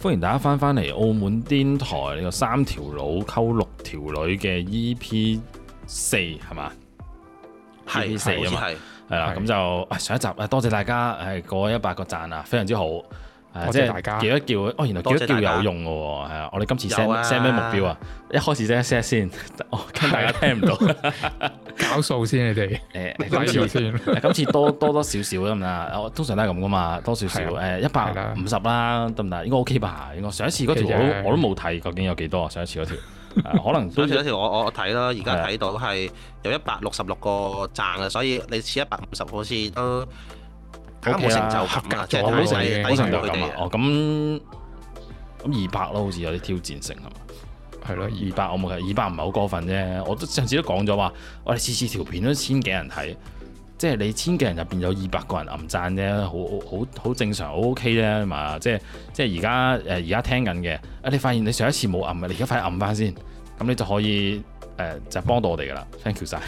歡迎大家翻返嚟澳門電台呢個三條佬溝六條女嘅 EP 四係嘛？係 EP 四啊嘛係係啦，係咁就啊上一集啊，多謝大家誒過一百個讚啊，非常之好。誒多謝即係大家叫一叫，哦，原來叫多一謝大叫家有用嘅喎，係啊！我哋今次有 set 啊 set 咩目標啊？一開始 set set 先， 我驚大家聽唔 到。搞數先，你哋誒，拉今咗次先。嗱今次多多多少少得唔得啊？我通常都係咁噶嘛，多少少係啊誒一係百啦五十啦，得唔得？應該 OK 吧？應該上一次嗰條 OK 我嘅都我都冇睇，究竟有幾多啊？上一次嗰 條啊可能都所以嗰條我我我睇啦，而家睇到係有一百六十六個贊嘅，所以你似一百五十好似都大家冇 OK 啦成就合格感啊，咗即係我太冇好成成細冇低成估就佢咁哋啊！啊。哦，咁咁二百咯，好似有啲挑戰性係嘛？係咯，二二百我冇計，二百唔係好過分啫。我都上次都講咗話，我哋次次條片都千幾人睇，即係你千幾人入邊有二百個人暗讚啫，好好好好正常，好 OK 啫嘛。即係即係而家誒而家聽緊嘅，啊你發現你上一次冇暗嘅，你而家快啲暗翻先，咁你就可以誒、呃就幫到我哋噶啦。Thank you 晒。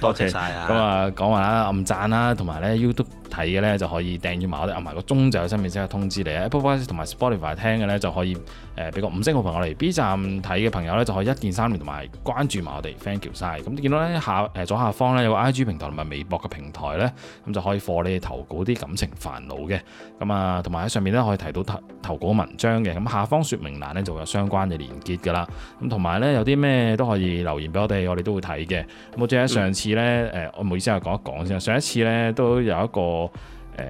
多謝晒咁啊！啊，講話啦，暗讚啦，同埋咧 YouTube 睇嘅咧就可以訂閱埋我哋，按啊埋個鐘就有新片即刻通知你啊。Apple Podcast 同埋 Spotify 聽嘅咧就可以誒俾個五星好朋友嚟，B 站睇嘅朋友咧就可以一鍵三連同埋關注埋我哋，thank you 晒。咁見到咧下誒左下方咧有個 IG 平台同埋微博嘅平台咧，咁就可以課你哋投稿啲感情煩惱嘅。咁啊，同埋喺上面咧可以提到投投稿文章嘅。咁下方説明欄咧就會有相關嘅連結㗎啦。咁同埋咧有啲咩都可以留言俾我哋，我哋都會睇嘅。咁好似喺上次咧，誒、我唔好意思啊，講一講先啊。上一次咧都有一個誒、呃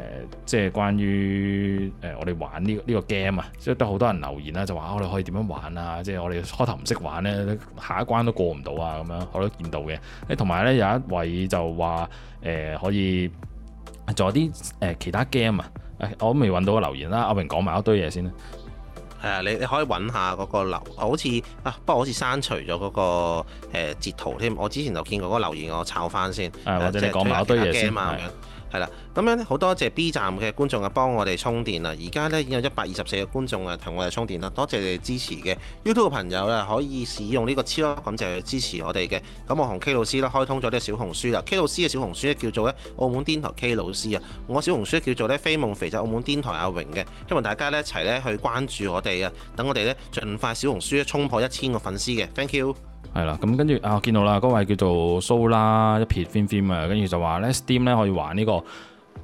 即係關於誒、呃我哋玩呢、呢個 game 啊，即係都好多人留言啦，就話啊我哋可以點樣玩啊？即係我哋開頭唔識玩咧，下一關都過唔到啊，咁樣我都見到嘅。誒同埋咧有一位就話誒、呃可以仲有啲誒、呃其他 game 啊。誒我都未揾到個留言啦，阿榮講埋一堆嘢先啦。係啊，你你可以揾下嗰個流，好似啊，不過我好似刪除咗嗰個誒截圖添。我之前就見過嗰個留言，我抄翻先。誒啊或者啊即你係講推埋下一堆嘢其先。他 game 啊係嗯咁樣係啦，咁樣咧好多謝 B 站嘅觀眾啊，幫我哋充電啦！而家咧已經有一百二十四個觀眾啊，同我哋充電啦，多謝你哋支持嘅 YouTube 嘅朋友咧，可以使用呢個超級感謝去支持我哋嘅。咁我同 K 老師咧開通咗呢個小紅書啦，K 老師嘅小紅書咧叫做咧澳門癲台 K 老師啊，我小紅書叫做咧飛夢肥仔澳門癲台阿榮嘅，希望大家咧一齊咧去關注我哋啊，等我哋咧盡快小紅書咧衝破一千個粉絲嘅，thank you。係啦，咁跟住啊，我見到啦，嗰位叫做蘇啦，一撇 f i 啊，跟住就話咧，Steam 咧可以玩呢個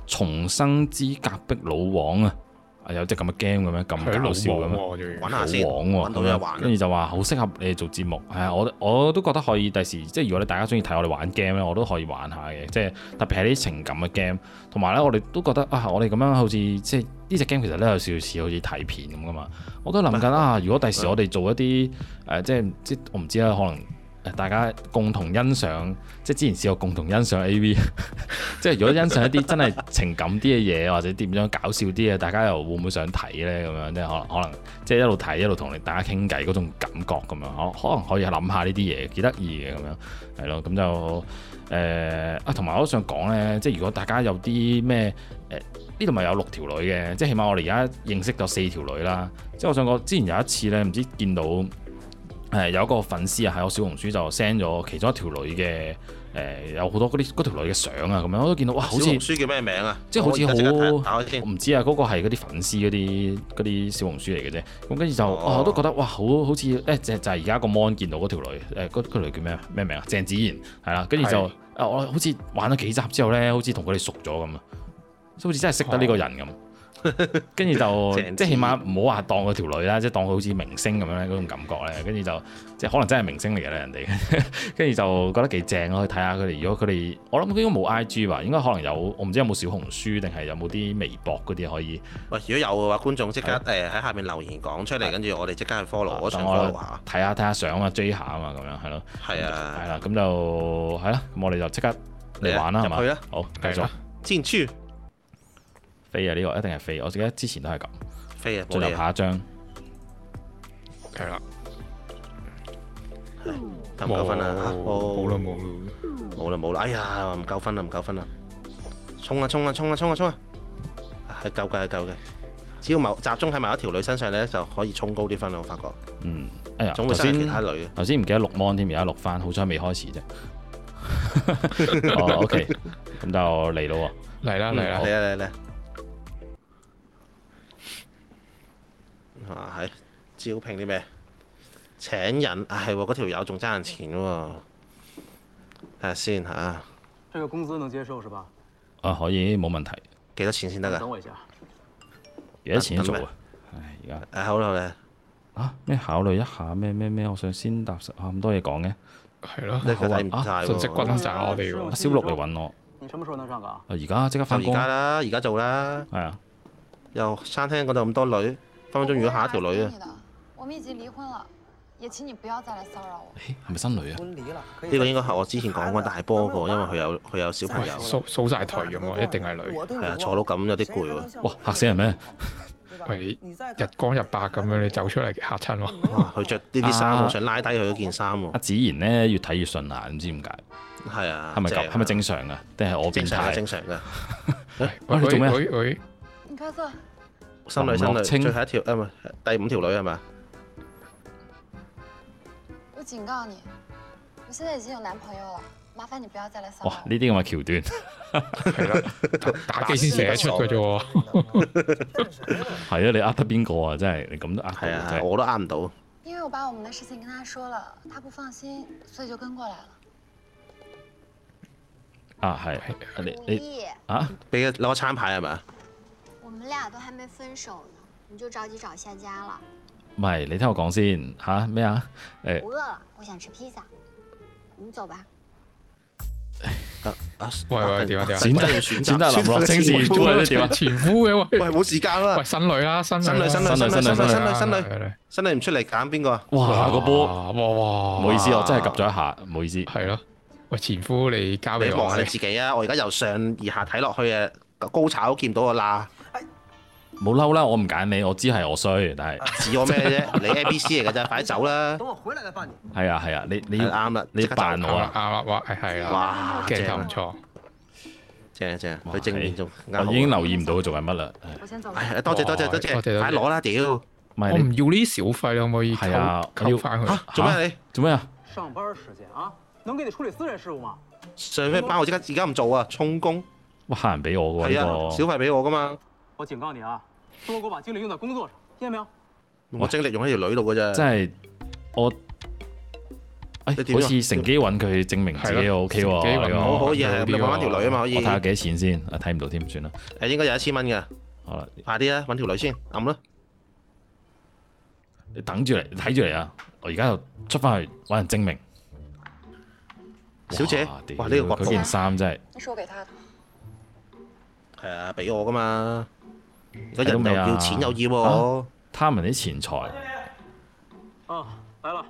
重生之隔壁老王啊，啊有隻咁嘅 game 嘅咩？咁搞笑嘅咩？玩啊好下先，王揾到嘢喎，玩。啊跟住就話好適合你哋做節目，係啊，我我都覺得可以第時，即係如果你大家中意睇我哋玩 game 咧，我都可以玩下嘅，即係特別係啲情感嘅 game，同埋咧我哋都覺得啊，我哋咁樣好似即係呢只 game 其實咧有少少似好似睇片咁噶嘛，我都諗緊啊，如果第時我哋做一啲誒、呃即係即我唔知啦，可能。呃大家共同欣賞，即係之前試過共同欣賞 A.V. 即係如果欣賞一啲真係情感啲嘅嘢，或者點樣搞笑啲嘅，大家又會唔會想睇呢？咁樣即係可能可能即係一路睇一路同你大家傾偈嗰種感覺咁樣，可可能可以諗下呢啲嘢幾得意嘅咁樣，係咯，咁就誒啊，同埋我都想講呢，即係如果大家有啲咩誒呢度咪有六條女嘅，即係起碼我哋而家認識咗四條女啦。即係我想講，之前有一次呢，唔知見到誒、有一個粉絲啊喺我小紅書就 send 咗其中一條女嘅誒、有好多嗰啲嗰條女嘅相啊咁樣，我都見到哇，好小似紅書叫咩名啊？即係好似我而家即刻好睇打開先我唔知啊，嗰、個係嗰啲粉絲嗰啲嗰啲小紅書嚟嘅啫。咁跟住就、哦啊我都覺得哇，好好似誒就就係而家個 mon 見到嗰條女誒嗰嗰條女叫咩啊咩名啊？鄭子妍係啦，跟住就係啊我好似玩咗幾集之後咧，好似同佢哋熟咗咁啊，好似真係識得呢個人咁。跟住 就鄭即係子起妍碼唔好話當佢條女啦，即係當佢好似明星咁樣咧嗰種感覺咧，跟住就即係可能真係明星嚟嘅啦人哋， 跟住就覺得幾正咯，去睇下佢哋。如果佢哋，我諗佢應該冇 I G 吧，應該可能有，我唔知有冇小紅書定係有冇啲微博嗰啲可以。喂，如果有嘅話，觀眾即刻誒喺下面留言講出嚟，跟住我哋即刻去 follow，我想啊等 follow 下。睇下睇下相啊追下啊嘛，咁樣係咯，係係啊，啦，咁就係啦，咁我哋就即刻嚟玩啦，嚟啊係嘛？入去啦好，繼係續啦箭豬飛啊！呢個一定係飛，我記得之前都係咁。飛啊，進冇入嘢啊，下一張，係啦，唔夠分啦，啊哦冇啦冇啦，冇啦冇啦，哎呀，唔夠分啦，唔夠分啦，衝啊衝啊衝啊衝啊衝啊，係夠嘅係夠嘅，只要某集中喺某一條女身上咧，就可以衝高啲分啦，我發覺，嗯，哎呀，總頭會失先其他女嘅。頭先唔記得錄 mon 添，而家錄翻，好彩未開始啫。哦，OK，咁就嚟咯喎。嗯嚟啦嚟啊嚟啊啦，嚟啊嚟啊！嗯啊，係招聘啲咩？請人啊，係喎，嗰條友仲爭人錢喎。睇下先嚇，啊这个工资能接受是吧？啊，可以冇問題。幾多錢先得㗎？嗯等我一下。幾多錢做啊？唉，而家誒、好啦好啦，啊咩考慮一下咩咩咩，我想先答實啊咁多嘢講嘅。係咯，呢個睇唔好啊晒信息喎。轟炸我哋喎阿。小六嚟揾我，啊你什么时候能上岗？而家即刻翻就而工家啦，啦，而家做啦。係啊，又餐廳嗰度咁多女，分分鐘我遇不到会下一條让女人啊追！你的。我们已经离婚了，也请你不要再来骚扰我。誒係咪新女啊？婚离了，可以呢個應該係我之前講過嗯大波個，因為佢有佢有啊小朋喂，友。掃掃晒台咁嗯喎，一定係女。嗯係啊，坐到咁有啲攰喎。哇嚇死人咩？嗯喂，日光日白咁樣，你走出嚟嚇親喎。哇！佢着呢啲衫，嗯啊我想拉低佢嗰件衫喎阿。子賢咧越睇越順啊眼，唔知點解係啊，係咪正啊咁？係咪正常啊？定係我變正常嘅？態正？常嘅。喂你做咩啊喂喂，你快坐，心女林心樂女，清最後一條啊，唔係第五條女係咪？啊我警告你，我现在已经有男朋友了，麻烦你不要再来骚扰哇！我。呢啲咁嘅橋段 係啦，打打機先寫得出嘅啫喎。係啊，你呃得邊個啊？真係你咁都呃係啊，到係啊真係。我都啱唔到。因为我把我们的事情跟他说了，他不放心，所以就跟过来了。啊係係啊你努你力，啊俾佢攞個餐牌係咪啊？我们俩都还没分手呢，你就着急找下家了。唔係你聽我講先吓咩啊？誒我饿了，我想吃披萨。我们走吧。啊喂喂點啊點啊選真係擇要選選擇林樂清選是擇做啲點啊？前夫嘅喂喂，冇時間啦喂，，新女啦，新女新女啦新女新新女新女女新女新女新女係啦新女唔出嚟揀邊個啊？哇個波！哇哇唔好意思，我真係及咗一下，唔好意思。係咯，喂前夫你交你俾我望下你係自己啊！我而家由上而下睇落去啊，高炒都見唔到個罅，冇嬲啦，我唔揀你，我知係我衰，但係指我咩 啫？你 A B C 嚟㗎咋，快啲走啦！等我回来再抱你。係啊係啊，你你係啱啦，你即刻走扮啱我啦啊啱啦，哇係係啦，哇，鏡頭正唔啊錯，正啊正啊，哇佢正面仲啱我好已經啊。留意唔到佢做緊乜啦。我先走了。哎呀多謝多謝多哇多謝多謝謝，快攞啦屌！唔我係唔你要呢啲小費，你可唔可以係啊扣扣要翻嚇佢？做咩你做咩啊？上班时间啊，能给你处理私人事务吗？上咩班？我即刻而家唔做啊，充公哇！客人俾我喎係呢啊，小個，費俾我㗎嘛，我警告你啊，多给我把精力用在工作上，听见没有？我精力用喺條女度㗎啫真。係我。哎你點啊好似乘機揾佢證明自己係咯 O K 乘機喎，揾呢個我我可以係好啲你揾翻條女啊嘛，可以睇下幾多錢先，啊睇唔到添，算啦。誒應該有一千蚊㗎，好啦，快啲啦，揾條女先，揞啦，你等住嚟，你睇住嚟啊！我而家就出翻去揾人證明。小姐哇，屌哇呢個佢角度件衫真係那是我给他的。係啊，俾我㗎嘛，睇到而家人又未啊要錢又要喎，貪人啲錢財，啊，来了，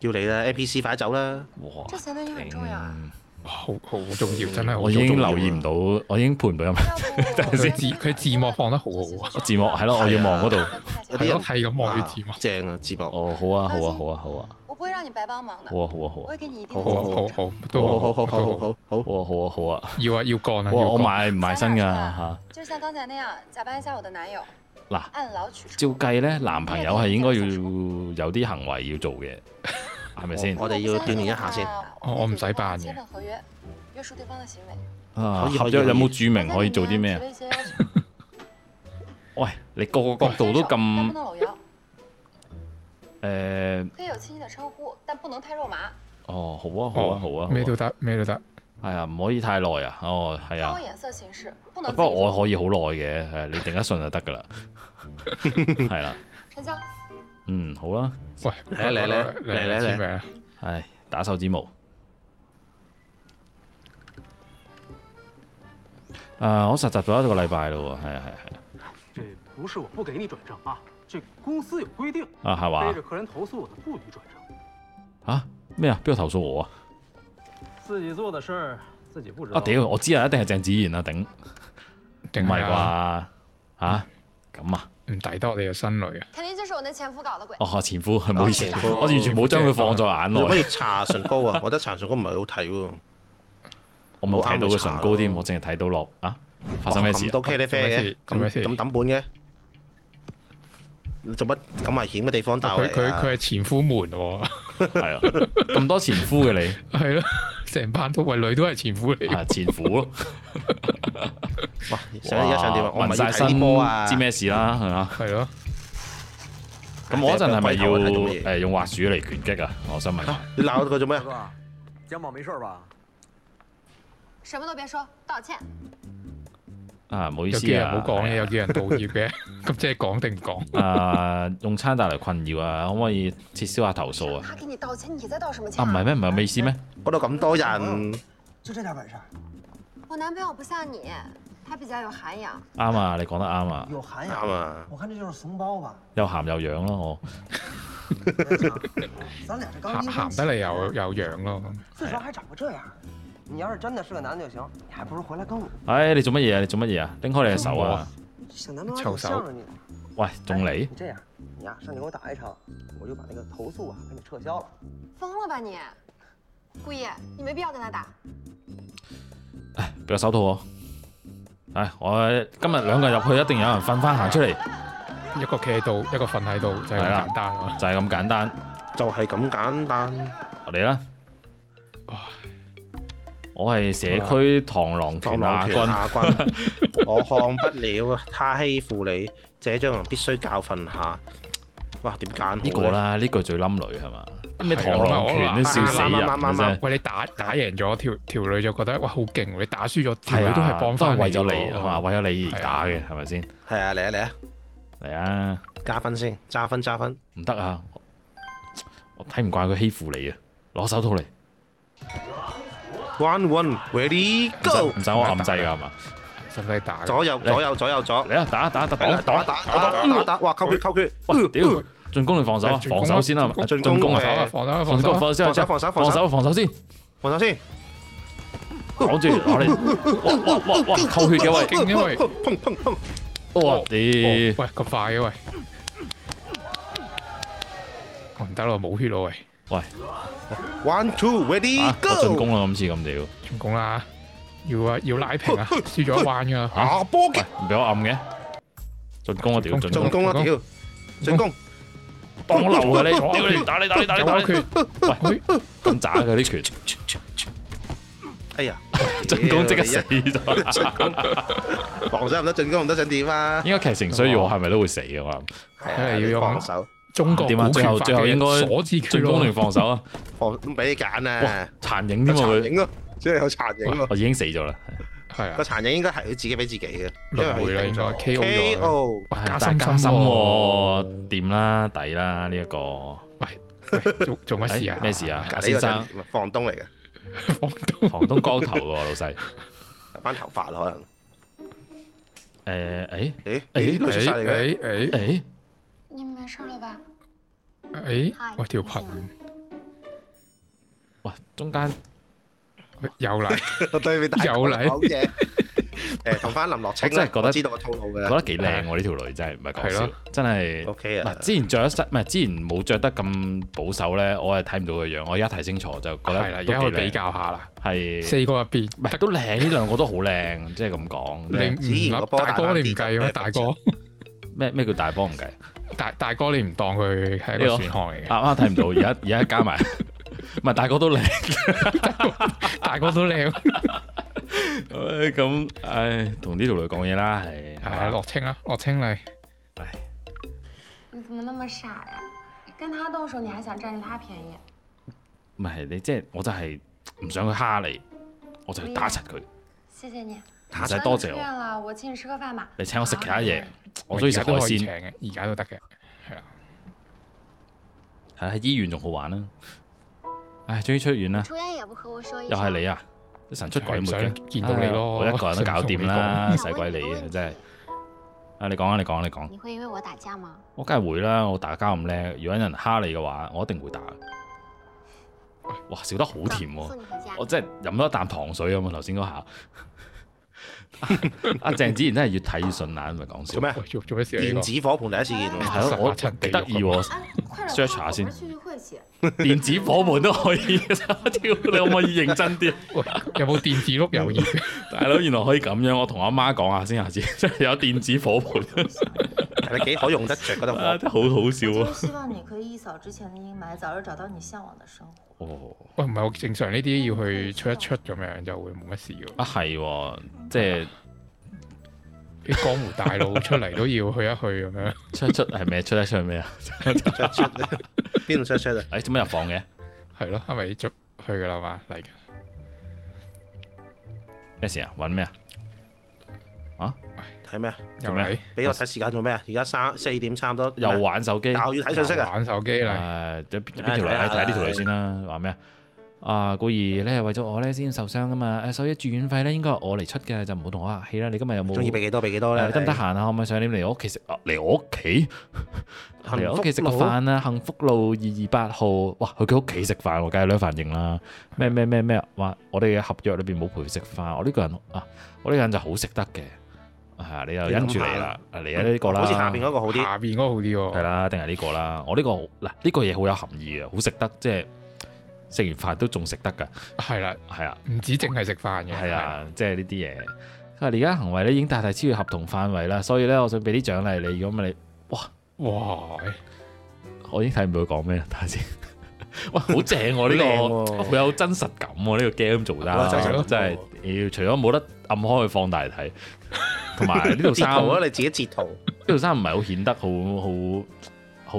要你啦，NPC 快走啦，哇！这些对你很重要啊。頂哇好好重要，真係好我已重經要啊留意唔到，我已經配唔到音。要不佢字佢字幕放得好好啊我字幕係咯，我要望嗰度。度啲係咯，係咁望哇住字幕，正啊，字幕，哦，好啊，好啊，好啊，好啊，我不会让你白帮忙的，好啊，好啊，好我啊，会给你一好定的好奖好励。好好都好好好都好好好，好啊，好啊，好啊。要啊要幹啊，哇，要我幹買唔買新㗎真係嚇？就像剛才那样，假扮一下我的男友，嗱，按牢取照出。計咧，男朋友係應該要有啲行為要做嘅，係咪先？我哋要鍛鍊一下先，我我唔使扮签嘅份合约，约束对方的行为。啊，可以合可約以有冇注明我在可以里做啲面咩啊提？了一些要求喂，你個個角度都但不咁能搂腰，誒，可以有亲昵的称呼，但不能太肉麻。哦，好啊，好啊，好啊，咩都得咩都得，係啊，唔可以太耐啊，哦，係挑啊我。眼色行事，不能不自己過做。我可以好耐嘅，係你頂得順就得㗎啦，係啦，沉香，嗯，好啦，喂嚟啊嚟啊嚟啊嚟啊嚟啊簽名啊唉，打手指模。誒、啊我實習咗一個禮拜咯喎，係啊係啊係啊，这不是我不给你转正啊，这公司有规定，啊係背嘛着？客人投诉我的不予转正。啊咩啊？邊個投訴我啊？自己做的事儿自己不知道。啊屌！我知啊，一定係鄭子賢啊，頂唔定係啩？啊嚇咁啊？唔抵得我哋嘅新女啊！肯定就是我那前夫搞的鬼。哦，前夫，唔好意思啊前，夫我完全冇將佢放在眼你可唔可內，以搽唇膏啊？ 我覺得搽唇膏唔係好睇喎，我冇睇到佢唇膏添，冇啱我淨係佢搽睇到落啊！發生咩事哦咁啊多？茄喱啡嘅，做咩事咁咁抌本嘅，你做乜咁危險嘅地方帶我佢嚟佢啊佢係前夫門喎，係啊，咁多前夫嘅你。 係咯，成班都喂女都係前夫嚟嘅，啊，前夫咯，哇！想而家想點啊？我唔紋係晒要睇身呢波啊！知咩事啦，係嘛？係咯，啊咁我嗰陣係咪要鬼 頭啊睇到乜嘢誒用滑鼠嚟拳擊啊？我想問下嚇，你鬧佢做咩大？哥，肩膀没事吧？什么都别说，道歉。啊，唔好意有思叫人啊，唔好講嘢，有叫人道歉嘅，咁即係講定唔講？啊，用餐帶嚟困擾啊，可唔可以撤銷下投訴让啊？ 他给你道歉，你在道什么歉啊，唔係咩？唔係咩意思咩？嗰度咁多人，就这点本事，啊我男朋友不像你，他比较有涵养。啱啊，你講得啱啊，有涵啱养。啊！我看这就是怂包 吧？又鹹又癢咯我。咱俩这刚鹹一鹹得嚟又又樣咯，最少还长个这样。你要是真的是个男的就行，你还不如回来跟我。唉，你做乜嘢啊？你做乜嘢啊？拎開你隻手啊！小男朋友臭挺手向着你的。喂，仲哎嚟你？这样，你呀、上去给我打一场，我就把那个投诉啊给你撤销了。疯了吧你？顾意，你没必要跟他打。俾個手套我。唉，我今日兩個入去，一定有人瞓翻行出嚟，一個企喺度，一個瞓喺度，就係係啦咁簡單啊！就係咁簡單。就係咁簡單，我哋啦哇。我係社區螳螂拳啊亞當狼拳啊軍，下軍， 我看不了啊！他欺負你，這種人必須教訓下。哇，點揀好呢呢個？啦，呢句最冧女係嘛？咩係啊螳螂拳都笑死人啱嘅啱啱啱啱啫啱。喂，你打打贏咗條條女就覺得哇好勁喎，你打輸咗條係女啊，都係幫都翻係為咗你係啊嘛，嘛？為咗你而打嘅係咪先？係啊，嚟啊嚟啊，嚟啊，加分先，加分加分。唔得啊！我我睇唔慣佢欺負你啊！攞手套嚟，唔 One one ready 使 go，唔使我暗掣㗎係嘛？使唔使打？左右左右左右左，嚟啊！打打打係啦打打打打打打打，哇扣血扣血，喂，屌呃！進攻定防守啊？進攻防啊守先啊！進攻進攻防啊守！啊！防守防啊！防守守防啊！守先，防防守防守防守防守先，防守先，擋住我哋！哇哇哇哇！扣血嘅喂！勁因為砰砰砰砰，哇！喂你咁快嘅喂，我唔得咯，冇血咯喂，喂 one two ready 啊！我進 go，攻啦，今次咁屌進攻啦！要啊要拉平啊，輸咗一彎噶啊啦，下啊波擊，唔俾我暗嘅，進攻啊屌！進攻，進嗯攻啊屌，進攻， 當我流啊你！左屌你！打你打你打你打左你！拳喂，咁渣 嘅啲拳，哎呀， 進攻即刻死咗。防守唔得，進攻唔得，想 點啊？應該劇情需要，我係咪都會死嘅？我諗係真係要啊用防守，中國點啊古最後拳法最後嘅應該所至拳進攻咯定，防守啊？防唔俾你揀啊！殘影添有嘛殘佢，影咯，即係有殘影咯。我已經死咗啦。係個啊，殘影應該係佢自己俾自己嘅，因輪啊迴啦為應該佢 KO 咗佢。 KO 哇但加係深加深深喎喎，，掂啦，抵啦呢一個。喂做做乜事啊誒？咩事啊？隔阿離先個生，陣房東嚟嘅，房東房東光頭喎，老細。留班頭髮可能。誒誒咦咦咦，女出晒嚟嘅。誒誒誒誒，你们没事了吧？誒，喂條裙哇！中間喂又嚟，我 對面大有講禮 嘢。誒，同翻林我樂清真係咧覺，得我知道個套路覺嘅。得幾靚喎，呢條女真係唔係講係笑咯，真係。 OK 啊嗱，，之前着得唔係之前冇着得咁保守咧，我係睇唔到佢樣。我而家睇清楚就覺係啦，得而都幾家去比靚，較下啦，係四個入邊唔係都靚？呢兩個都好靚，即係咁講。即係你唔大哥你唔計咩？大哥咩咩叫大波唔計？大大哥你唔當佢係一個選項嚟啱嘅，啱啊睇唔到，而 家而家加埋，唔係大哥都靚。啊大哥都靚，唉咁唉，同呢條女講嘢啦，係係啊，落清啊，落清嚟，你怎么那么傻呀？跟他动手，你还想占着他便宜？唔係你即係我真係唔想佢蝦你，我就去打柒佢。谢谢你，唔使多謝出院我，了，我请你吃个饭吧。你請我食其他嘢，我中而意食家海都可以請鮮。嘅，而家都得嘅，係啊，係喺醫院仲好玩啦。唉，終於出院啦，出院也不和我说一又声。係你啊！神出鬼沒想嘅，見到你咯，我一個 人都搞掂啦，我使想鬼問你你啊！啊，真係啊！你講啊，你講啊，你講。你会因为我打架吗？我梗係會啦，我打交咁叻，如果有人蝦你嘅話，我一定會打。哇，笑得好甜喎、走送你回家我。真係飲咗一啖糖水咁啊！頭先嗰下， 阿鄭子然真係越睇越順眼，唔係講笑做。咩？喂做做咩事啊？呢個電子火盤第一次見喎。係咯，我殺人地獄得意喎，啊哎，快点 Search 跟下我先们去聚会去。電子火門都可以。 屌，你可唔可以認真啲？喂有冇電子碌油煙？大佬，原來可以咁樣，我同阿媽講下先，下次 真係有電子火盤，係你幾可用得着嗰度啊火？真係好好笑我真啊！希望你可以一扫之前的阴霾，早日找到你向往的生活。哦， 喂唔係我正常呢啲要啊去出一出咁樣就會冇乜事嘅，啊係喎，即係啲江湖大佬出嚟都要去一去咁樣。出一出係咩？出一出係咩啊？出出邊度出出啊？誒做咩入房嘅？係咯，係咪出去噶啦嘛？嚟緊咩事啊？揾咩啊？睇咩啊？又做咩嚟俾我睇時間做咩啊？而家三四點差唔多，又玩手機？又要睇信息啊！玩手機嚟。誒，即係邊邊條女？睇睇呢條女先啦。話咩啊？啊，故兒咧為咗我咧先受傷噶啊嘛，誒，所以住院費咧應該係我嚟出嘅，就唔好同我客氣啦。你今日有冇中意俾幾多俾幾多咧？誒得唔得閒啊？可唔可以上你嚟我屋企食？啊嚟我屋企幸福啊嚟我屋企食個路飯啊！幸福路二二八號，哇！去佢屋企食飯喎，梗係兩反應啦。咩咩咩咩話我哋嘅合約裏邊冇陪佢食飯，我呢個人啊，我呢個人就好食得嘅。啊，你又忍住嚟啦，啊嚟啊呢個啦，好似下邊嗰個好啲。下邊嗰個好啲係喎，啦，定係呢個啦。我呢、個好嗱呢個嘢好有含義啊嘅，好食得，即係食完飯都仲食得㗎。係啦，係啊，唔止淨係食飯嘅，係，啊，即係呢啲嘢。佢話而家行為咧已經大大超越合同範圍啦，所以咧我想俾啲獎勵你。如果唔係你，哇，我已經睇唔到佢講咩啦。睇下先。 哇，好正喎！呢好靚個喎好有真實感喎！呢個 game 做好得有真實感喎真係，妖除咗冇得暗開去放大睇，同埋呢度 截衫圖啊！呢你自己截圖，度衫唔係好顯得好好好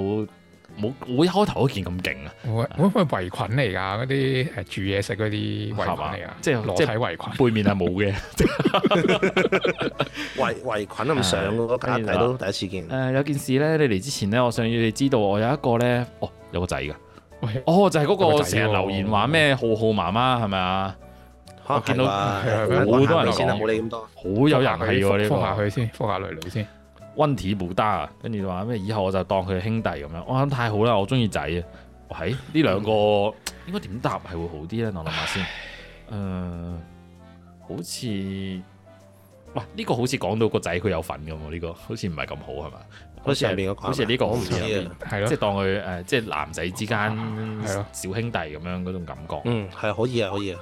冇冇一開頭嗰件咁勁啊！ 會會唔會圍裙嚟㗎？嗰啲誒煮嘢食嗰啲圍裙嚟係嘛㗎，即係裸即體係圍裙。背面係冇嘅。圍圍裙咁上嘅嗰架跟住睇到第一次見誒、。有件事咧，你嚟之前咧，我想要你知道，我有一個咧，哦有個仔噶，喂，哦就係、嗰有個個仔成喎日留言話咩浩浩媽媽係咪啊？可能見到係吧係啊搵好多下人佢先啦，講冇你咁多。好有人氣喎呢覆下個佢先，覆下女女先。温體布達啊，跟住話咩以後我就當佢係兄弟咁樣，我諗太好啦，我中意仔啊，喂呢兩個應該點答係會好啲咧？我諗下先，誒、呃好似。哇！呢、個好似講到個仔佢有份咁喎，呢、個好似唔係咁好係嘛？好似上邊嗰個，好似呢個我唔好似有知啲啊。係即係咯，當佢誒、呃即係男仔之間係啊咯小兄弟咁樣嗰種感覺。嗯，係可以啊，可以啊。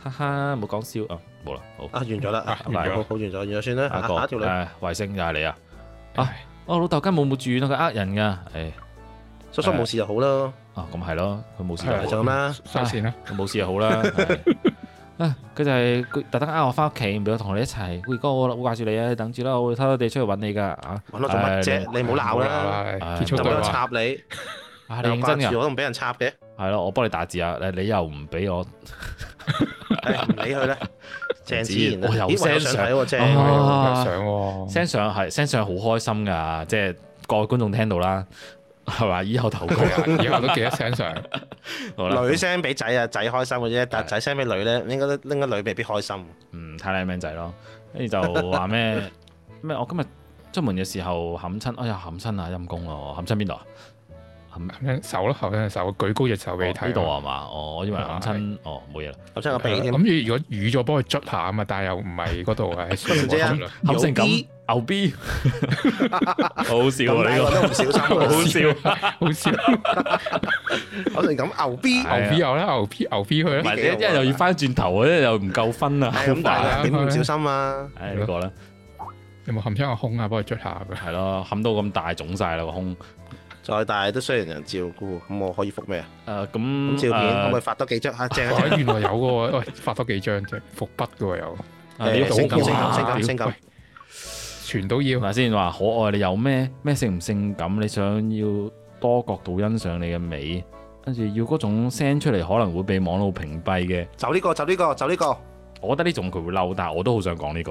哈哈，冇講笑啊，冇啦，好。啊，完咗啦，啊啊完咗好好完咗，完咗算啦。下一下個下一條女，誒，衛星就係你啊！啊唉我老豆根本冇住院啊，佢呃人㗎。誒，叔叔冇事就好啦，啊咁係咯，佢冇事係就咁啦。收線啦。佢冇事就好啦。係啊，佢就係佢特登呃我翻屋企，唔俾我同你一齊。喂哥，我好掛住你啊，你等住啦，我會偷偷地出去揾你㗎啊！揾我做乜誒啫？你唔好鬧啦，唉結束就俾對我話。啊插你，你啊，你又認真掛住㗎？我都唔俾人插嘅，係咯，我幫你打字啊，誒你又唔俾我。 唉唔理佢啦。鄭子賢啊，我有咦我 send 有想睇喎，相鄭哦啊，相喎， send 相係 send 相好開心㗎，即係各位觀眾聽到啦，係嘛？以後投稿佢以後都記得 send 相。好啦，女 send 俾仔啊，仔開心嘅啫，但仔 send 俾女咧，應該應該女未必開心。嗯，睇靚靚仔咯，跟住就話咩 咩，我今日出門嘅時候冚親，哎呀冚親啊，陰公咯，冚親邊度啊？冚手咯，後生手，舉高隻手俾你哦睇。啊呢度係嘛？哦，我以為冚親，哦冇嘢啦，我真係係鼻啦？添，諗住如果瘀咗，幫佢捽下啊嘛，但係又唔係嗰度係捽唔知啊冚成有 B 咁牛 B，好笑啊呢咁大個都唔小心個， 好啊，笑，好笑。搞成咁牛 B。牛 B 有啦，牛 P 牛 P 佢唔啦係，一一又要翻轉頭，一又唔夠分啊，好係咁，煩啊！但係點會唔小心啊？唉呢個啦，有冇含親個胸啊？幫佢捽下咁樣。係咯，冚到咁大腫晒啦個胸，再大都需要人照顧，咁我可以覆咩啊？誒咁咁照片可唔誒可以發多幾 張啊？ 正啊哇！哎原來有嘅喎，喂，發多幾張啫，伏筆嘅喎有，誒你要誒性感賭性啊感性感屌性感，全都要係。咪先話可愛？你有咩咩性唔性感？你想要多角度欣賞你嘅美，跟住要嗰種 send 出嚟可能會被網路屏蔽嘅。就呢個就呢個就呢個，我覺得呢種佢會嬲，但係我都好想講呢句，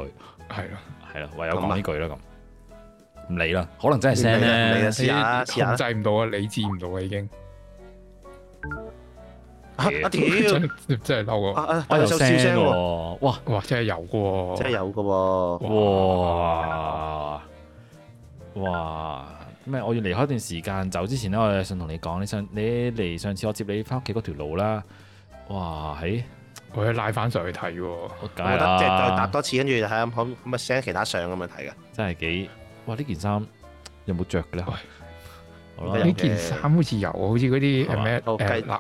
係咯，係啦，唯有講呢句啦咁。唔理啦，可能真係 send 啊唔理啦唔理咧啦。試下啦你試下啦控制唔到啊，理智唔到啊，已經啊啊屌！真真係嬲啊啊！啊！我有有首笑聲 send 喎，喎，哇哇，真係有嘅真係喎，有嘅喎。哇哇！咩？我要離開一段時間，走之前咧，我有想同你講，你上你嚟上次我接你翻屋企嗰條路啦。哇，喺我要拉翻上去睇喎，我我梗係覺得即係再啦答。多次，跟住就睇下可唔可唔可以 send 其他相咁樣睇嘅。真係幾哇！呢件衫有冇着嘅咧？喂好啦有呢，件衫好似有，好似嗰啲係嘛誒咩好誒繼男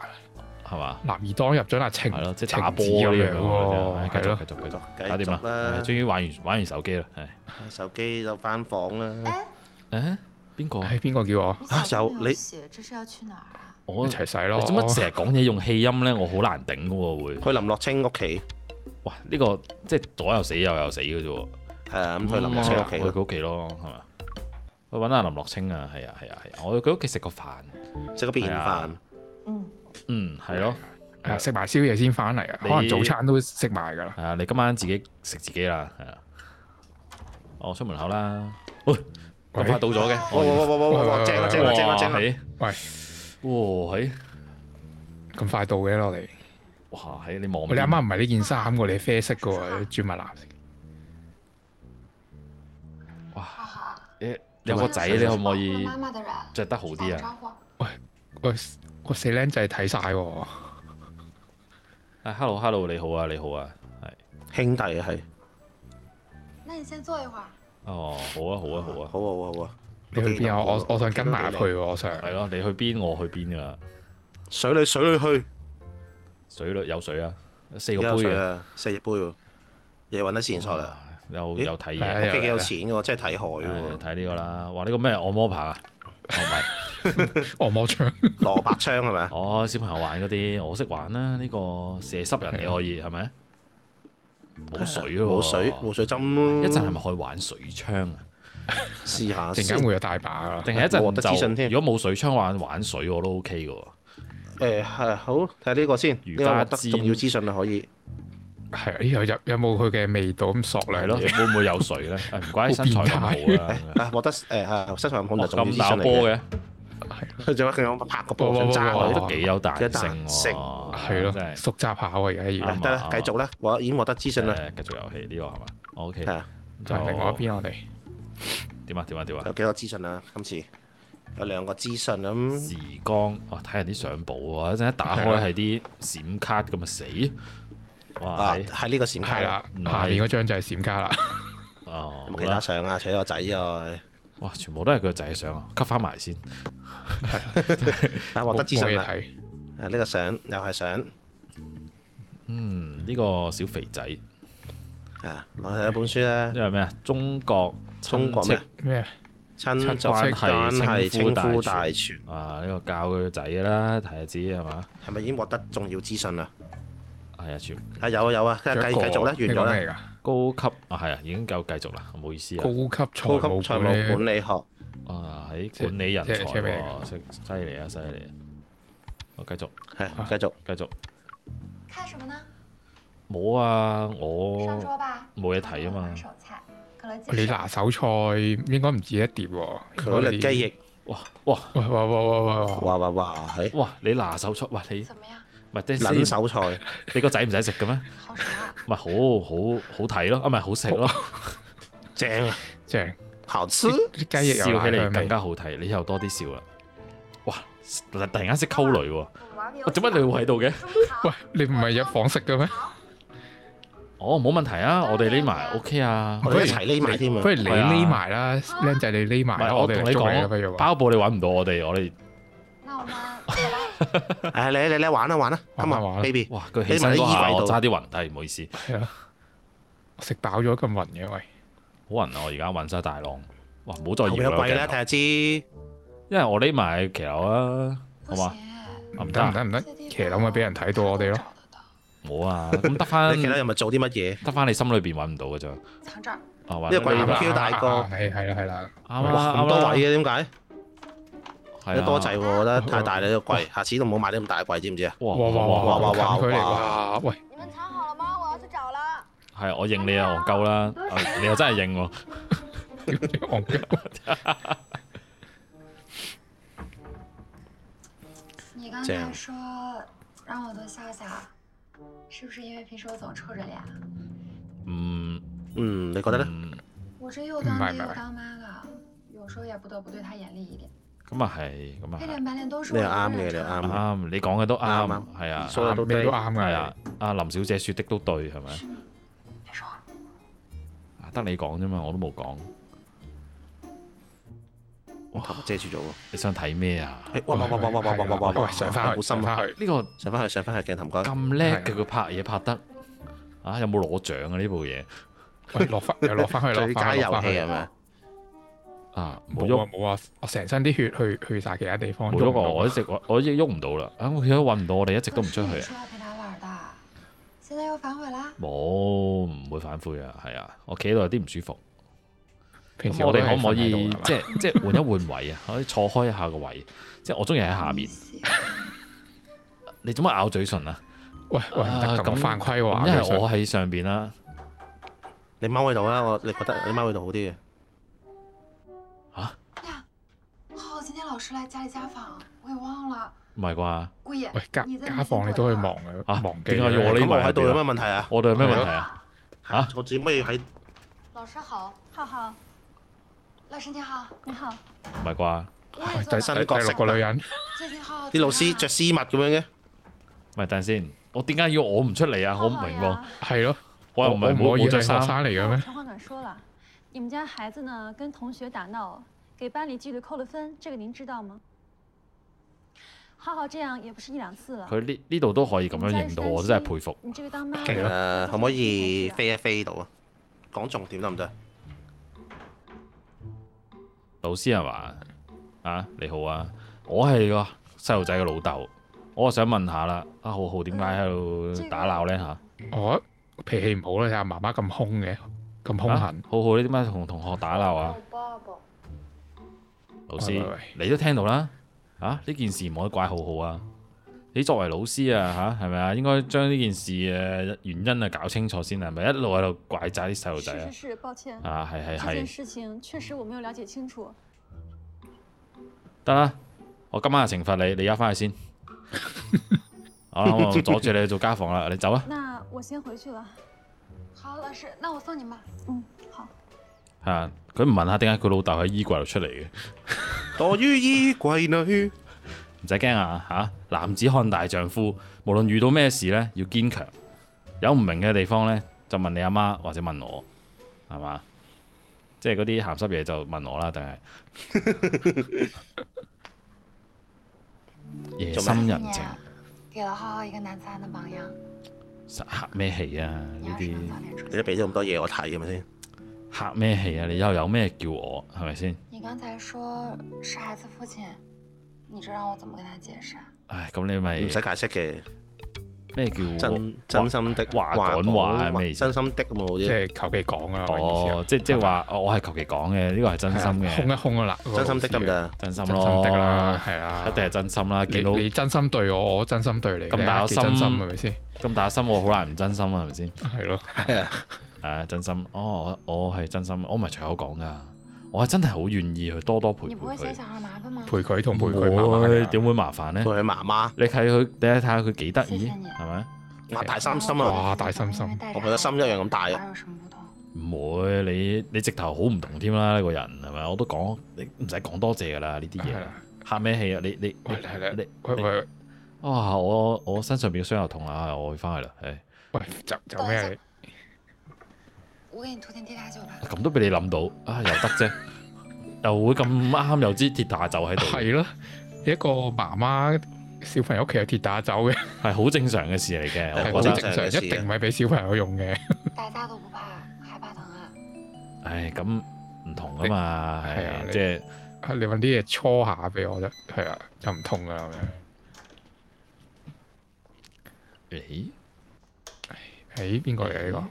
係嘛？男兒當入樽啊，情係咯，即係情打波子咁呢樣樣啊喎。喎，繼係續咯，繼續繼續，繼續搞掂啦！啦係終於玩完玩完手機啦，係手機就翻房啦，哎，誒邊個啊？係邊個叫我你啊小有朋你友写这是要去哪儿啊？我一齊洗你咯？做乜成日講嘢用氣音咧？我好難頂嘅喎會。去林樂清屋企。哇！呢、個即係左又死，右又死嘅啫喎。係啊，咁去林樂係啊清我屋去佢屋企咯，係咪？我揾阿林樂清啊，係啊，係啊，係啊，我去佢屋企食個飯，企食個便係啊飯，嗯，嗯，係咯，係啊食埋宵夜先翻嚟啊，可你能早餐都食埋㗎啦。係啊，你今晚自己食自己啦，係啊，我出門口啦，喂，咁快到咗嘅，哦哇哇哇哇哇哇哇！哇正啊正啊正啊正啊！係喂，哇係，咁快到嘅落嚟，哇係，你望喂你啱啱唔係呢件衫喎，你啡色嘅喎，你轉埋藍色。哇，啊誒有個仔你可唔可以妈妈的人着得好啲打啊？招呼，喂，個死僆仔睇晒喎，啊，hello hello，你好啊，你好啊，係，兄弟啊係，那你先坐一会儿。哦，好啊好啊好啊，好啊好啊好啊！你去邊啊？我我想跟埋入去去喎，我想。係咯，你去邊我去邊㗎啦，水裏水裏去，水嘞有水啊，四而個家有杯水嘅。啊，四隻杯喎，嘢揾得線索啦。有咦有睇係嘢啊，屋企幾有錢嘅喎，即係睇海唉喎，睇呢個啦。哇！呢個咩按摩棒啊？哦唔係，按摩啊槍，蘿蔔槍係咪？哦小朋友玩嗰啲，我識玩啦。呢個射濕人嘅可以係咪？冇水喎，嗯啊冇水冇水針咯，一陣係咪可以玩水槍啊？試下陣先間？會有大把啦。定係一我得資訊陣添就如果冇水槍玩玩水我都 OK 嘅喎。誒係好睇呢個先，呢瑜個伽獲得重要資訊啦，可以。係啊，咦有有有冇佢嘅味道咁索係兩咯，嘢？會唔會有水咧？唉唔怪得身材咁 好啦。啊獲得誒啊身材咁好就哦重要咁資打訊嚟波嘅。嘅， 佢仲有佢拍個波想揸哇哦佢。都幾有彈性有彈性喎。係啊真係咯，熟習下喎，而家啱要啊得啦，繼續啦，我已經獲得資訊啦。誒繼續遊戲呢個係嘛？OK，啊係啊，就係另外一邊我哋。點啊點啊點啊有！幾多資訊啊？今次有兩個資訊咁，時光，哇！睇人啲相簿啊，一陣一打開係啲閃卡咁啊死！哇！哎啊係喺呢個閃卡係啦，啦，唔係下面嗰張就係閃卡啦。哦，有冇好其他啦，相啊？除咗個仔外，哇！全部都係佢仔嘅相啊，cut 翻埋先。啊獲得資訊冇啦。嘢睇，啊呢個相又係相嗯，呢個小肥仔，因啊，我睇一本書啦，為咩啊？中國中國親戚咩啊咩？親族關係關係稱呼稱大呼全大全啊？呢個教佢個仔㗎啦，睇下知係嘛？係咪已經獲得重要資訊啦？係啊，全啊有啊有啊，繼仲有一繼個續啦，完呢咗個啦。咩嚟㗎？高級啊，係啊，已經夠繼續啦，唔好意思啊。高級財高級務財管務理管理學啊，喺即管理人才即即咩喎，識犀利啊，犀利啊！我繼續係繼續繼續，看什么呢？冇啊，上桌我吧。冇嘢睇啊嘛拿手菜，可乐你鸡拿手菜應該唔止一碟喎，佢律雞翼，哇哇！喂。哇哇哇哇哇！哇哇哇，係哇！你拿手菜，哇你怎么样？唔係即係撚先手菜。你個仔唔使食嘅咩？好什 唔係么？好好好睇咯，啊唔係好食咯，正啊，正好吃。啲雞翼笑有起辣嚟香更味，加好睇，你又多啲笑啦。哇！突突然間識溝女喎，我们玩个游哇戏。點解你會喺度嘅？中考喂，你唔係入房食嘅咩？好，哦，冇問題啊，我哋匿埋 OK 啊。我哋一齊匿埋添啊不！如你匿埋啦，僆仔你匿唔埋啦，係我我同哋你嚟捉你啊啦，不如講，包保你揾唔到我哋，我哋那 我们唉，你你你玩啦玩啦，玩今日啦玩啦 baby，哇佢起身匿嗰下埋喺衣櫃我度差啲暈哎低，唔好意思，係啊！我食飽咗咁暈嘅喂，好暈啊！我而家暈晒大浪，哇唔好再後面搖有啦個櫃啦，鏡睇頭，下知。因為我匿埋騎樓啊，好不嘛？行，啊唔得唔得唔啊得唔得这地，方騎樓咪俾人睇到我哋找咯，得到冇啊，咁得翻你其他有咪做啲乜嘢？得翻你心裏邊揾唔到嘅咋，啊藏这儿，或呢者個櫃你咁話 Q 大個係係啦係啦，啱啊咁多位嘅點解？係啊多滯喎，我覺得太大啦呢個櫃，下次都唔好買啲咁大嘅櫃，知唔知啊？哇哇哇哇哇哇哇哇近距離哇哇 喂，你们藏好了吗？我要去找了。係我認你啊，戇鳩啦，啊你又真係認喎，戇鳩你刚这才样说让我多笑笑，是不是因为平时我总臭着脸？啊嗯，嗯，你覺得咧？嗯我这又当明白爹又明白当妈了，有时候也不得不对他严厉一点，咁啊係，咁啊黑係脸白脸都是你我又的啱日嘅，你又常。啱嘅。啱，你講嘅都啱啱啱，係啊，所有都咩對都啱係㗎啊，，阿林小姐説的都對係咪？别说话，啊得你講啫嘛，我都冇講，哇，頭髮遮住咗喎。你想睇咩啊？哎哇哇哇哇哇哇哇哇哇！啊喂上翻好去深上啊！翻去，呢個上翻去上翻去鏡頭唔該。咁叻嘅係啊佢拍嘢拍得啊，有冇攞獎啊？呢部嘢喂 落翻又落翻去最落佳翻去遊落翻戲去係。咪？啊，冇冇喐啊。冇啊！我成身啲血去去晒其他地方，冇喐我，唔到啊我一直我我一啊嗯直喐唔到啦，啊我而家揾唔到，我哋一直都唔出当时去你啊，说要陪他玩的，现在又反悔啦？冇唔會反悔啊，係啊，我企喺度有啲唔舒服。平時咁我都哋可係唔可瞓喺度啊以㗎嘛即係即係換一換 位啊？可以錯開一下個位，即係我中意喺下面。你做乜咬嘴唇啊？喂喂唔得啊咁犯規喎，因咬嘴為我唇喺上邊啦，你踎喺度啦，我你覺得你踎喺度好啲嘅。哦，哎今天老师来家里家访，我给忘了。唔係啩？顾爷喂，家你在家房你都可以忘啊嘅，忘記點解要我呢咁埋我喺喺度有邊咩問題啊？我哋有咩問題啊？啊我只可以喺老师好，浩浩，老师你好，你好，唔係啩？我也喂做第新了。第第角色六個女人，最近浩浩啲老師着絲襪咁樣嘅，唔係等陣先，我點解要我唔出嚟啊？我唔明哎喎。哦係咯，我又我唔係我唔可以冇係着學衫，生嚟嘅咩？陈校长说了，你们家孩子呢跟同学打闹，给班里纪律扣了分，这个您知道吗？浩浩这样也不是一两次了，佢呢呢度都可以咁樣認到，我真係佩服。你这个 当妈係的咯誒呃可唔可以飛一飛到啊？講重點得唔得？老師係嘛？啊，你好啊，我係個細路仔嘅老豆，我想問下啦，啊浩浩點解喺度打鬧呢？嚇？我脾氣唔好啦，睇下媽媽咁兇嘅，咁兇啊狠，浩浩你點解同同學打鬧哦啊？抱抱。老師喂喂喂，你都聽到啦，啊呢件事唔可以怪浩浩啊！你作為老師啊，嚇係咪啊？應該將呢件事嘅原因啊搞清楚先啊，係咪一路喺度怪責啲細路仔是啊是？是，抱歉，啊係係这係，件事情确实我没有了解清楚。得啦，我今晚就懲罰你，你而家翻去 先。好啦，我阻住你去做家訪啦，你走啦。啊那我先回去了。好，老师，那我送你们。嗯，好。係啊，佢唔問下點解佢老豆喺衣櫃度出嚟嘅，墮於衣櫃裏，唔使驚啊嚇、男子漢大丈夫，無論遇到咩事呢，要堅強。有唔明嘅地方呢，就問你阿媽或者問我，係嘛？即係嗰啲鹹濕嘢就問我啦，定係夜深人靜，给了浩浩一个男子汉的榜样，黑咩戲啊？你呢要是啲能早点出你都现，俾咗咁多嘢我睇，係咪先？黑咩戲啊？你又有咩叫我係咪先？你刚才说是孩子父亲，你这让我怎么跟他解释啊？唉，咁你咪唔使解釋嘅，咩叫我真真心的話講話係咩意思真心的冇啲，即係求其講啊，我意思哦係，即即係話哦我係求其講嘅，呢個係真心係嘅，啊兇一兇啊嗱，真心的得唔嘅，得？真心真咯，心的啦，係啊，一定係真心啦。見到你你真心對我，我真心對你，咁你大個幾心真心係咪先？咁大心，我好難唔真心啊，係咪先？係咯，係啊，真心。哦，我我係真心，我唔係隨口講噶，我係真係好願意去多多陪你陪不会嫌佢。小孩麻烦吗？陪佢同陪佢啊媽媽會㗎點會麻煩呢陪？佢媽媽，你睇佢，你睇下佢幾得意，謝謝你係咪？我大三心啊！哇大心心我覺得心一樣咁大啊！有什么不同？唔會，你你直頭好唔同添啦，呢個人係咪？我都講，你唔使講多謝噶啦，呢啲係嘢啦，嚇咩氣啊？你你喂係啦你喂你喂哇！我我身上邊嘅傷又痛啦，哎我要翻去啦。唉，喂，走走咩啊你？我给你涂点跌打酒吧。咁都俾你諗到啊，又得 啫，又會咁啱又知鐵打就喺度，係咯，一個媽媽小朋友屋企有鐵打走嘅，係好正常嘅事嚟嘅。係我好覺得正常，一定唔係俾小朋友用嘅。大家都不怕，害怕疼啊。唉，咁唔同噶嘛，你係啊係你即係你揾啲嘢搓下俾我得，係啊，就唔痛噶啦咁樣。誒誒邊個嚟嘅呢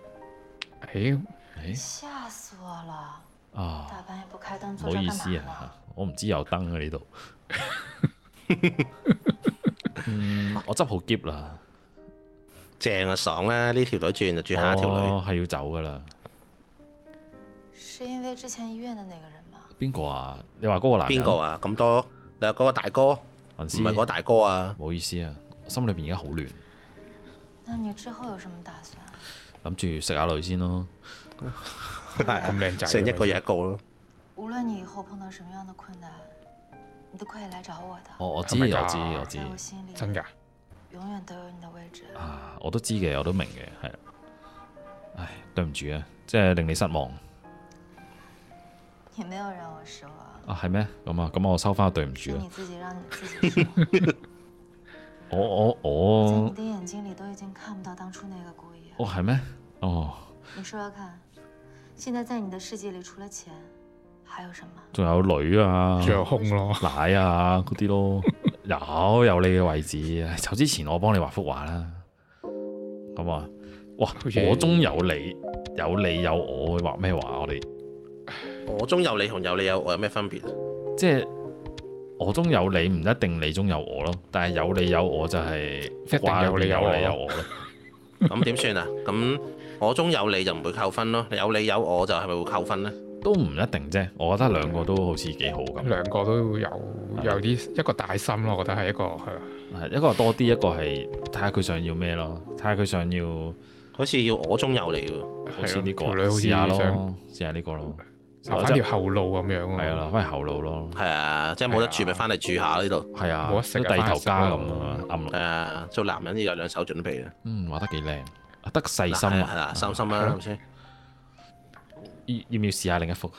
個？誒誒吓死我了！啊，大半夜不开灯，唔坐好这意干嘛思呢？啊，我唔知有燈啊呢度。 嗯，我執好箧啦，正啊，爽啦！呢條女轉就轉下一條女，哦係要走噶啦。是因为之前医院的那个人吗？邊個啊？你話嗰個男人邊個啊？咁多你話嗰個大哥，唔文思係嗰個大哥啊！唔好意思啊，我心裏面而家好亂，那你之后有什么打算？諗住食下女先咯。咁靚仔，啊啊成一個又一個咯，无论你以后碰到什么样的困难，你都可以来找我的。我我知係我咪知㗎我知在我心里，真㗎。永远都有你的位置。啊，我都知嘅，我都明嘅，係啦。唉，對唔住啊，即係令你失望你没有让我失望，啊，係咩？咁啊，咁我收翻對唔住是啦你。自己让你自己失 望。我我在你我，的眼睛里都已经看不到当初那个顾意。嗯哦係咩？哦，你说说看，现在在你的世界里，除了钱，还有什么？仲有女啊，仲有空咯，奶啊嗰啲咯，有有你嘅位置。唉走之前我幫你畫幅畫啦，咁啊，哇好似！我中有你，有你有我，畫咩畫？我哋我中有你同有你有我有咩分別？ 即係我中有你，唔一定你中有我咯。但係有你有我就係幅一定畫有裏你邊有有我你有我咯。咁點算啊？咁我中有你就唔會扣分咯，有你有我就係咪會扣分呢？都唔一定啫，我覺得兩個都好似幾好咁。兩個都會有啊有啲一個大心咯，我覺得係一個係啊係一個多啲，一個係睇下佢想要咩咯，睇下佢想要好好似要我中有你喎。係似咯呢個啊條女好似試下咯想，試下呢個咯，留翻條後路咁樣喎係啊，留翻後路咯，係啊，即係冇得住咪翻嚟住下呢度。係啊，冇得食啊都地頭家咁翻嚟食啊啊，暗落係，啊，做男人要有兩手準備嘅。嗯，畫得幾靚，得細心係啊啊，，心心啦，係咪先？要要唔要試下另一幅？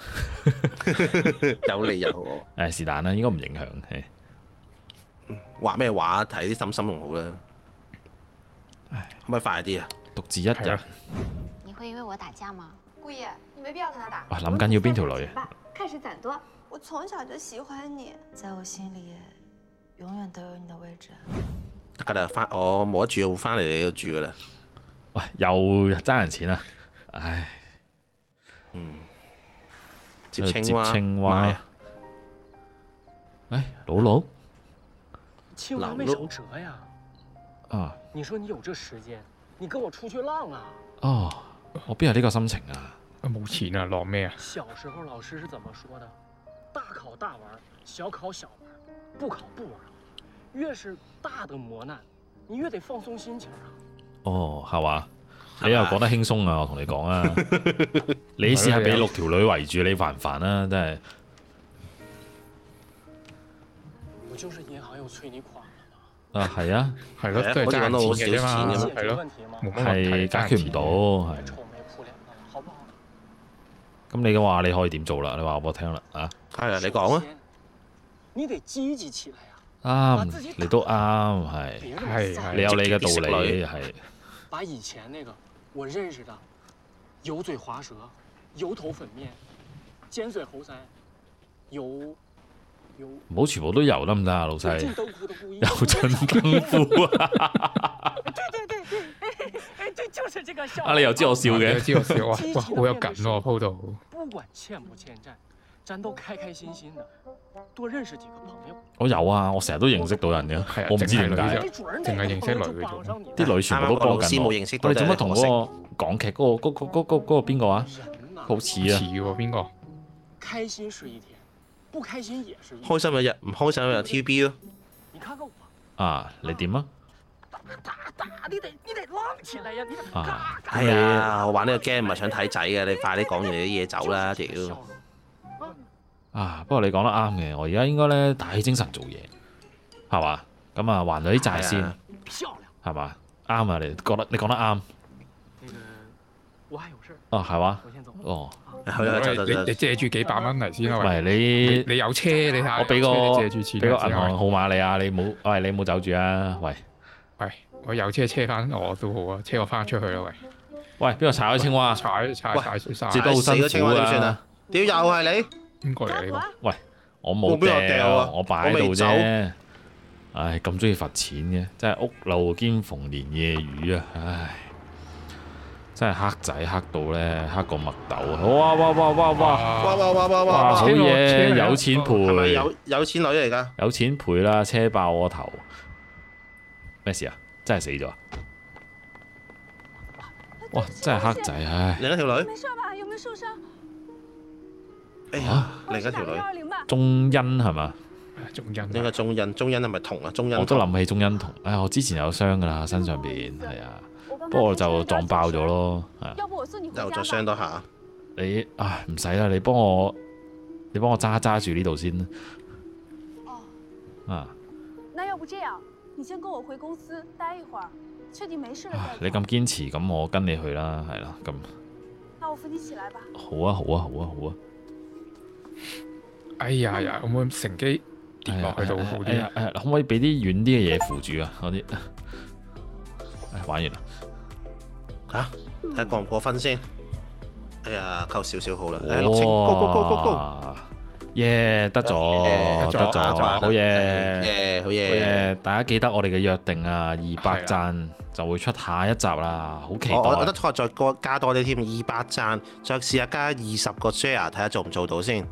有你有我，誒是但啦，應該唔影響，係畫咩畫睇啲心心仲好啦。可唔可以快啲啊？獨自一人，係啊哇你会因为我打架吗？顾爷，你没必要跟他打。諗緊要邊條女啊？爸，看谁胆多。我从小就喜欢你，在我心里永远都有你的位置。得㗎啦，翻我冇得住，翻嚟你度住㗎啦。喂，又爭人錢啊！唉，接喺度青蛙，接青蛙買啊唉，老六青蛙没什么辙呀。啊，你说你有这时间，你跟我出去浪啊？哦，我邊有呢個心情啊？冇錢啊，落咩啊？小时候老师是怎么说的？大考大玩儿，小考小玩儿，不考不玩儿。越是大的磨难，你越得放松心情啊。哦，係嘛？係嘛你又講得輕鬆啊！我同你講 啊，你試下俾六條女圍住你煩唔煩啊？真係不就是银行又催你垮了啊，係啊，係咯係啊，都係我哋講到好爭少錢嘅啫嘛，錢吗？咁係咯冇解决问，题吗？乜問係題，解決唔到，係别。愁眉苦脸的了，好不好？咁你嘅話，你可以點做啦？你話我聽啦啊係啊，你講啊首。先！你得積極起来呀、自己啱，打你都啱，係别那么係丧係你有你嘅積極道積理累係。把以前那个我认识的油嘴滑舌、油头粉面、尖嘴猴腮、油油唔好全部都有得唔得啊，老有細进？灯窟的 故意，有真功夫 啊！哎，对，就是这个效果。啊，你又知我笑你都嘅，知我笑啊哇，哇好有緊喎鋪度，不管欠不欠债，咱都开开心心的，多认识几个朋友，我有啊，我成日都認識到人係嘅啊，我唔知點淨係女解啫没准儿淨哪係个認識朋友就女嘅帮啫上你了。啲女全部都幫緊啱啱個老師我。冇認識到我哋做乜真係同可惜嗰個港劇嗰個嗰嗰嗰嗰個邊個啊？人呐、好似似啊，喎邊個？开心是一天，不开心也是一天。開心有日，唔開心有日 TVB 咯。你看看我，啊，你點啊？打打打，你得你得浪起来呀，你得啊嘎嘎。哎呀，我玩呢個 game 唔係想睇仔嘅，你快啲講完你啲嘢走啦，哎屌！就是这个笑容啊啊，不過你講得啱嘅，我而家應該咧打起精神做嘢，係嘛？咁啊，還咗啲債係先啊，漂亮。係嘛？啱啊，你覺得你講得啱那个，我还呃有事儿，啊，係嘛？我先走了。哦，去啦，走走你走你。借住幾百蚊嚟先唔啦，喂係你啊你，你有車你睇下，我俾個有車你借住錢啊俾個嚟先銀行號碼你啊，你冇，喂，你冇走住啊，喂，喂，我有車車翻我都好啊，車我翻出去啦，喂，喂，邊個踩咗青蛙啊？踩踩喂踩晒接，都好死咗辛青苦蛙點算啊啊！屌又係你！邊個嚟啊呢個？喂，我冇我邊有掉啊掉，我擺喺我度未走啫。唉，咁中意罰錢嘅，真係屋漏兼逢連夜雨啊！唉，真係黑仔黑到咧，黑過墨豆啊！哇哇哇哇哇！哇哇哇哇哇，哇好哇！嘢，有錢係咪賠，有有錢女嚟㗎？有錢賠啦，車爆我頭，咩事啊？真係死咗啊！哇，真係黑仔，唉，另一條女？没事吧？有没有受伤？哎呀，另一條女幺。二零吧。中欣係嘛？仲印應該中印，中印係咪同啊？中印我都同諗起中欣同，唉，我之前有傷噶啦，身上邊係啊，我跟不過就撞爆咗。咯，係啊。要不我送你回家又吧。再傷多下。你唉唔使啦，你幫我，你幫我揸揸住呢度先啦。啊那要不这样，你先跟我回公司待一会儿，确定没事了啊再。！你咁堅持，咁我跟你去啦，係啦，咁那我扶你起来吧。好啊，好啊，好啊，好啊。哎呀呀，可唔可以乘機跌落去度哎好啲啊呀？哎呀可唔可以俾啲遠啲嘅嘢扶住啊？嗰啲，唉，玩完啦。嚇，睇下哎過唔過分先。哎呀，扣少少好啦。誒，六清，高高高高高。哇！耶，得得咗，得咗咗，得咗好嘢，耶好好嘢嘢！大家記得我哋嘅約定啊，二百係啦讚就會出下一集啦，好期哦我我覺待啊得。再再加加多啲添，二百讚，再試下加二十個 share，睇下做唔做到先。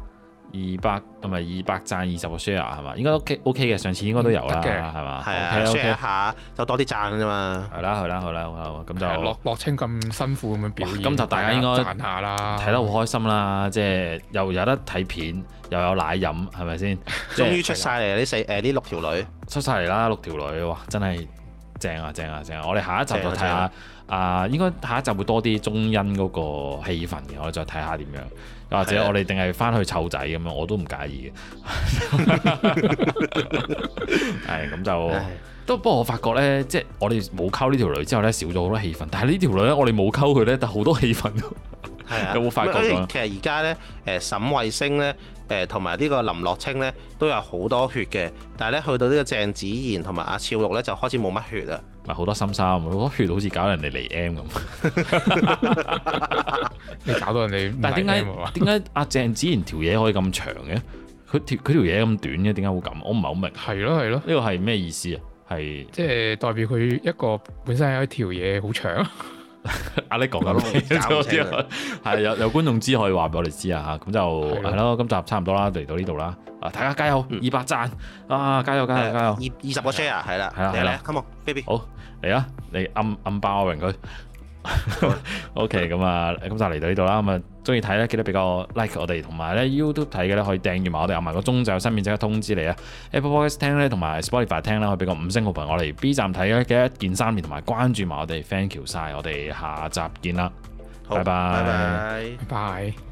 二百唔係二百讚二十個 share 係嘛？應該 OK OK 嘅，上次應該都有啦，得嘅係嘛？係啊 OK，OK share 一下就多啲讚啫嘛。係啦係啦係啦，好啦好啦咁係啊就落落清咁辛苦咁樣表演，今集大家應該賺下啦，睇得好開心啦，即係又有得睇片，又有奶飲，係咪先？即終係於出晒嚟呢四誒呢六條女，出晒嚟啦，六條女，哇，真係正啊正啊正啊！我哋下一集就睇正下啊啊，應該下一集會多啲中欣嗰個氣氛嘅，我哋再睇下點樣，又或係者啊我哋定係翻去湊仔咁樣，我都唔介意 嘅。係咁就唉。都不過我發覺咧，即係我哋冇溝呢條女之後咧，少咗好多氣氛。但係呢條女咧，我哋冇溝佢咧，但好多氣氛。係啊。有冇發覺咁因為啊其實而家咧誒沈慧星咧誒同埋呢個林樂清咧都有好多血嘅，但係咧去到呢個鄭子妍同埋阿俏玉咧就開始冇乜血啦。咪好多心衫，好多血，好似搞人哋嚟 M 咁。你搞到人哋，但係點解啊 點解阿鄭子賢條嘢可以咁長嘅？佢條佢條嘢咁短嘅，點解會咁？我唔係好明。係咯係咯，呢個係咩意思啊？係即係代表佢一個本身有一條嘢好長， 阿力講緊我都搞唔清啊咩？係有有觀眾知可以話俾我哋知啊！咁就係咯係咯，今集差唔多啦，嚟到呢度啦。啊，大家加油，二百讚啊！加油加油加油！誒二二十個 share 係啦，係啦係嚟啦啦，come on，baby。好嚟啊！你暗暗爆阿榮佢。OK，咁 啊，咁就嚟到呢度啦。咁啊，中意睇咧，記得俾個 like 我哋，同埋咧 YouTube 睇嘅咧，可以訂閱埋我哋，有埋個鐘就有新片即刻通知你啊。Apple Podcast 聽咧，同埋 Spotify 聽啦，可以俾個五星好評我哋。B 站睇咧，記得一鍵三連，同埋關注埋我哋 Thank you 晒，我哋下集見啦，好拜拜拜拜。拜拜。